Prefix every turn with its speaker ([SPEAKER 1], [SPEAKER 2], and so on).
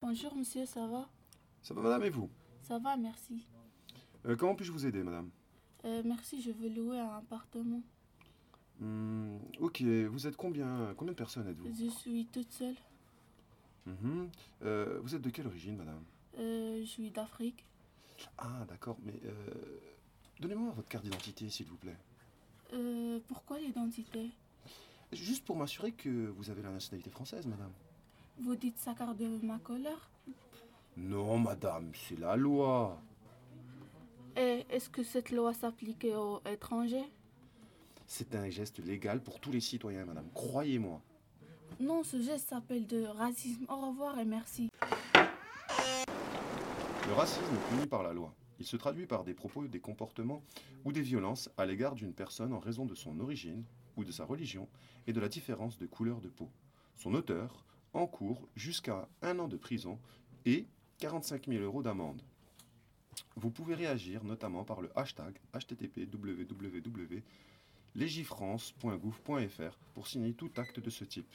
[SPEAKER 1] Bonjour monsieur, ça va
[SPEAKER 2] Ça va, madame, et vous
[SPEAKER 1] Ça va, merci.
[SPEAKER 2] Euh, Comment puis-je vous aider, madame
[SPEAKER 1] Euh, merci, je veux louer un appartement.
[SPEAKER 2] Hmm, Ok, vous êtes combien Combien de personnes êtes-vous
[SPEAKER 1] Je suis toute seule.
[SPEAKER 2] Mhm. Euh, Vous êtes de quelle origine, madame
[SPEAKER 1] Euh, je suis d'Afrique.
[SPEAKER 2] Ah, d'accord, mais euh, donnez-moi votre carte d'identité, s'il vous plaît.
[SPEAKER 1] Euh, pourquoi l'identité
[SPEAKER 2] Juste pour m'assurer que vous avez la nationalité française, madame.
[SPEAKER 1] Vous dites ça car de ma colère
[SPEAKER 2] Non, madame, c'est la loi.
[SPEAKER 1] Et est-ce que cette loi s'appliquait aux étrangers
[SPEAKER 2] C'est un geste légal pour tous les citoyens, madame. Croyez-moi.
[SPEAKER 1] Non, ce geste s'appelle de racisme. Au revoir et merci.
[SPEAKER 2] Le racisme est puni par la loi. Il se traduit par des propos, des comportements ou des violences à l'égard d'une personne en raison de son origine ou de sa religion et de la différence de couleur de peau. Son auteur encourt jusqu'à un an de prison et 45 000 euros d'amende. Vous pouvez réagir notamment par le hashtag http E www.legifrance.gouv.fr pour signaler tout acte de ce type.